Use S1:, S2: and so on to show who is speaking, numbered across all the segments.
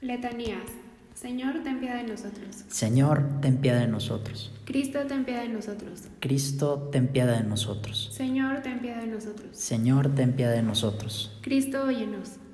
S1: Letanías. Señor, ten piedad de nosotros.
S2: Señor, ten piedad de nosotros.
S1: Cristo, ten piedad de nosotros.
S2: Cristo, ten piedad de nosotros.
S1: Señor, ten piedad de nosotros.
S2: Señor, ten piedad de nosotros.
S1: Cristo, óyenos.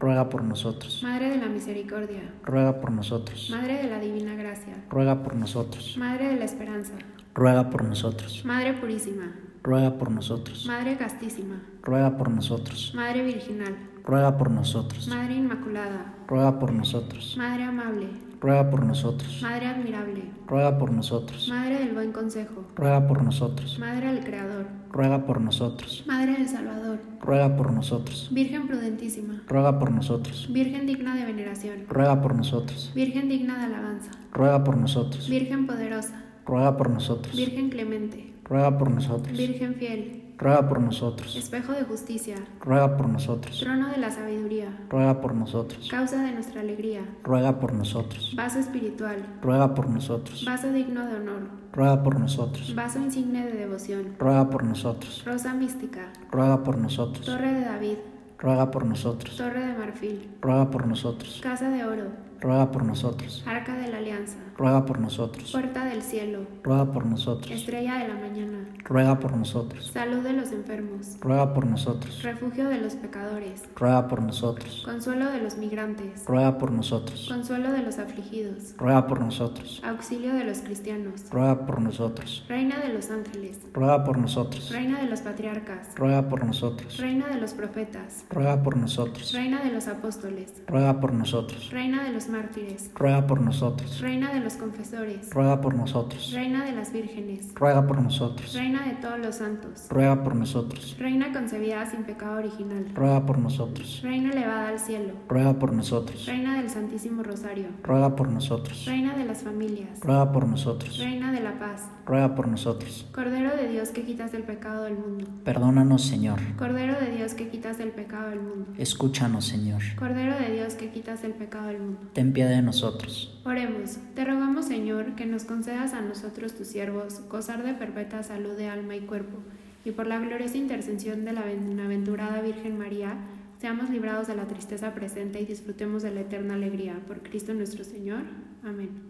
S2: Ruega por nosotros.
S1: Madre de la Misericordia.
S2: Ruega por nosotros.
S1: Madre de la Divina Gracia.
S2: Ruega por nosotros.
S1: Madre de la Esperanza.
S2: Ruega por nosotros.
S1: Madre Purísima.
S2: Ruega por nosotros.
S1: Madre Castísima.
S2: Ruega por nosotros.
S1: Madre Virginal.
S2: Ruega por nosotros.
S1: Madre Inmaculada.
S2: Ruega por nosotros.
S1: Madre Amable.
S2: Ruega por nosotros.
S1: Madre Admirable.
S2: Ruega por nosotros.
S1: Madre del Buen Consejo.
S2: Ruega por nosotros.
S1: Madre del Creador.
S2: Ruega por nosotros.
S1: Madre del Salvador.
S2: Ruega por nosotros.
S1: Virgen Prudentísima.
S2: Ruega por nosotros.
S1: Virgen digna de veneración.
S2: Ruega por nosotros.
S1: Virgen digna de alabanza.
S2: Ruega por nosotros.
S1: Virgen poderosa.
S2: Ruega por nosotros.
S1: Virgen clemente.
S2: Ruega por nosotros.
S1: Virgen fiel.
S2: Ruega por nosotros.
S1: Espejo de justicia.
S2: Ruega por nosotros.
S1: Trono de la sabiduría.
S2: Ruega por nosotros.
S1: Causa de nuestra alegría.
S2: Ruega por nosotros.
S1: Vaso espiritual.
S2: Ruega por nosotros.
S1: Vaso digno de honor.
S2: Ruega por nosotros.
S1: Vaso insigne de devoción.
S2: Ruega por nosotros.
S1: Rosa mística.
S2: Ruega por nosotros.
S1: Torre de David.
S2: Ruega por nosotros.
S1: Torre de marfil.
S2: Ruega por nosotros.
S1: Casa de oro.
S2: Ruega por nosotros.
S1: Arca de la alianza.
S2: Ruega por nosotros.
S1: Puerta del cielo.
S2: Ruega por nosotros.
S1: Estrella de la mañana.
S2: Ruega por nosotros.
S1: Salud de los enfermos.
S2: Ruega por nosotros.
S1: Refugio de los pecadores.
S2: Ruega por nosotros.
S1: Consuelo de los migrantes.
S2: Ruega por nosotros.
S1: Consuelo de los afligidos.
S2: Ruega por nosotros.
S1: Auxilio de los cristianos.
S2: Ruega por nosotros.
S1: Reina de los ángeles.
S2: Ruega por nosotros.
S1: Reina de los patriarcas.
S2: Ruega por nosotros.
S1: Reina de los profetas.
S2: Ruega por nosotros.
S1: Reina de los apóstoles.
S2: Ruega por nosotros.
S1: Reina de los mártires.
S2: Ruega por nosotros.
S1: Reina de los confesores.
S2: Ruega por nosotros.
S1: Reina de las vírgenes.
S2: Ruega por nosotros.
S1: Reina de todos los santos.
S2: Ruega por nosotros.
S1: Reina concebida sin pecado original.
S2: Ruega por nosotros.
S1: Reina elevada al cielo.
S2: Ruega por nosotros.
S1: Reina del Santísimo Rosario.
S2: Ruega por nosotros.
S1: Reina de las familias.
S2: Ruega por nosotros.
S1: Reina de la paz.
S2: Ruega por nosotros.
S1: Cordero de Dios que quitas el pecado del mundo.
S2: Perdónanos, Señor.
S1: Cordero de Dios que quitas el pecado del mundo.
S2: Escúchanos, Señor.
S1: Cordero de Dios que quitas el pecado del mundo.
S2: Ten piedad de nosotros.
S1: Oremos, te rogamos Señor que nos concedas a nosotros tus siervos gozar de perpetua salud de alma y cuerpo, y por la gloriosa intercesión de la bienaventurada Virgen María, seamos librados de la tristeza presente y disfrutemos de la eterna alegría. Por Cristo nuestro Señor. Amén.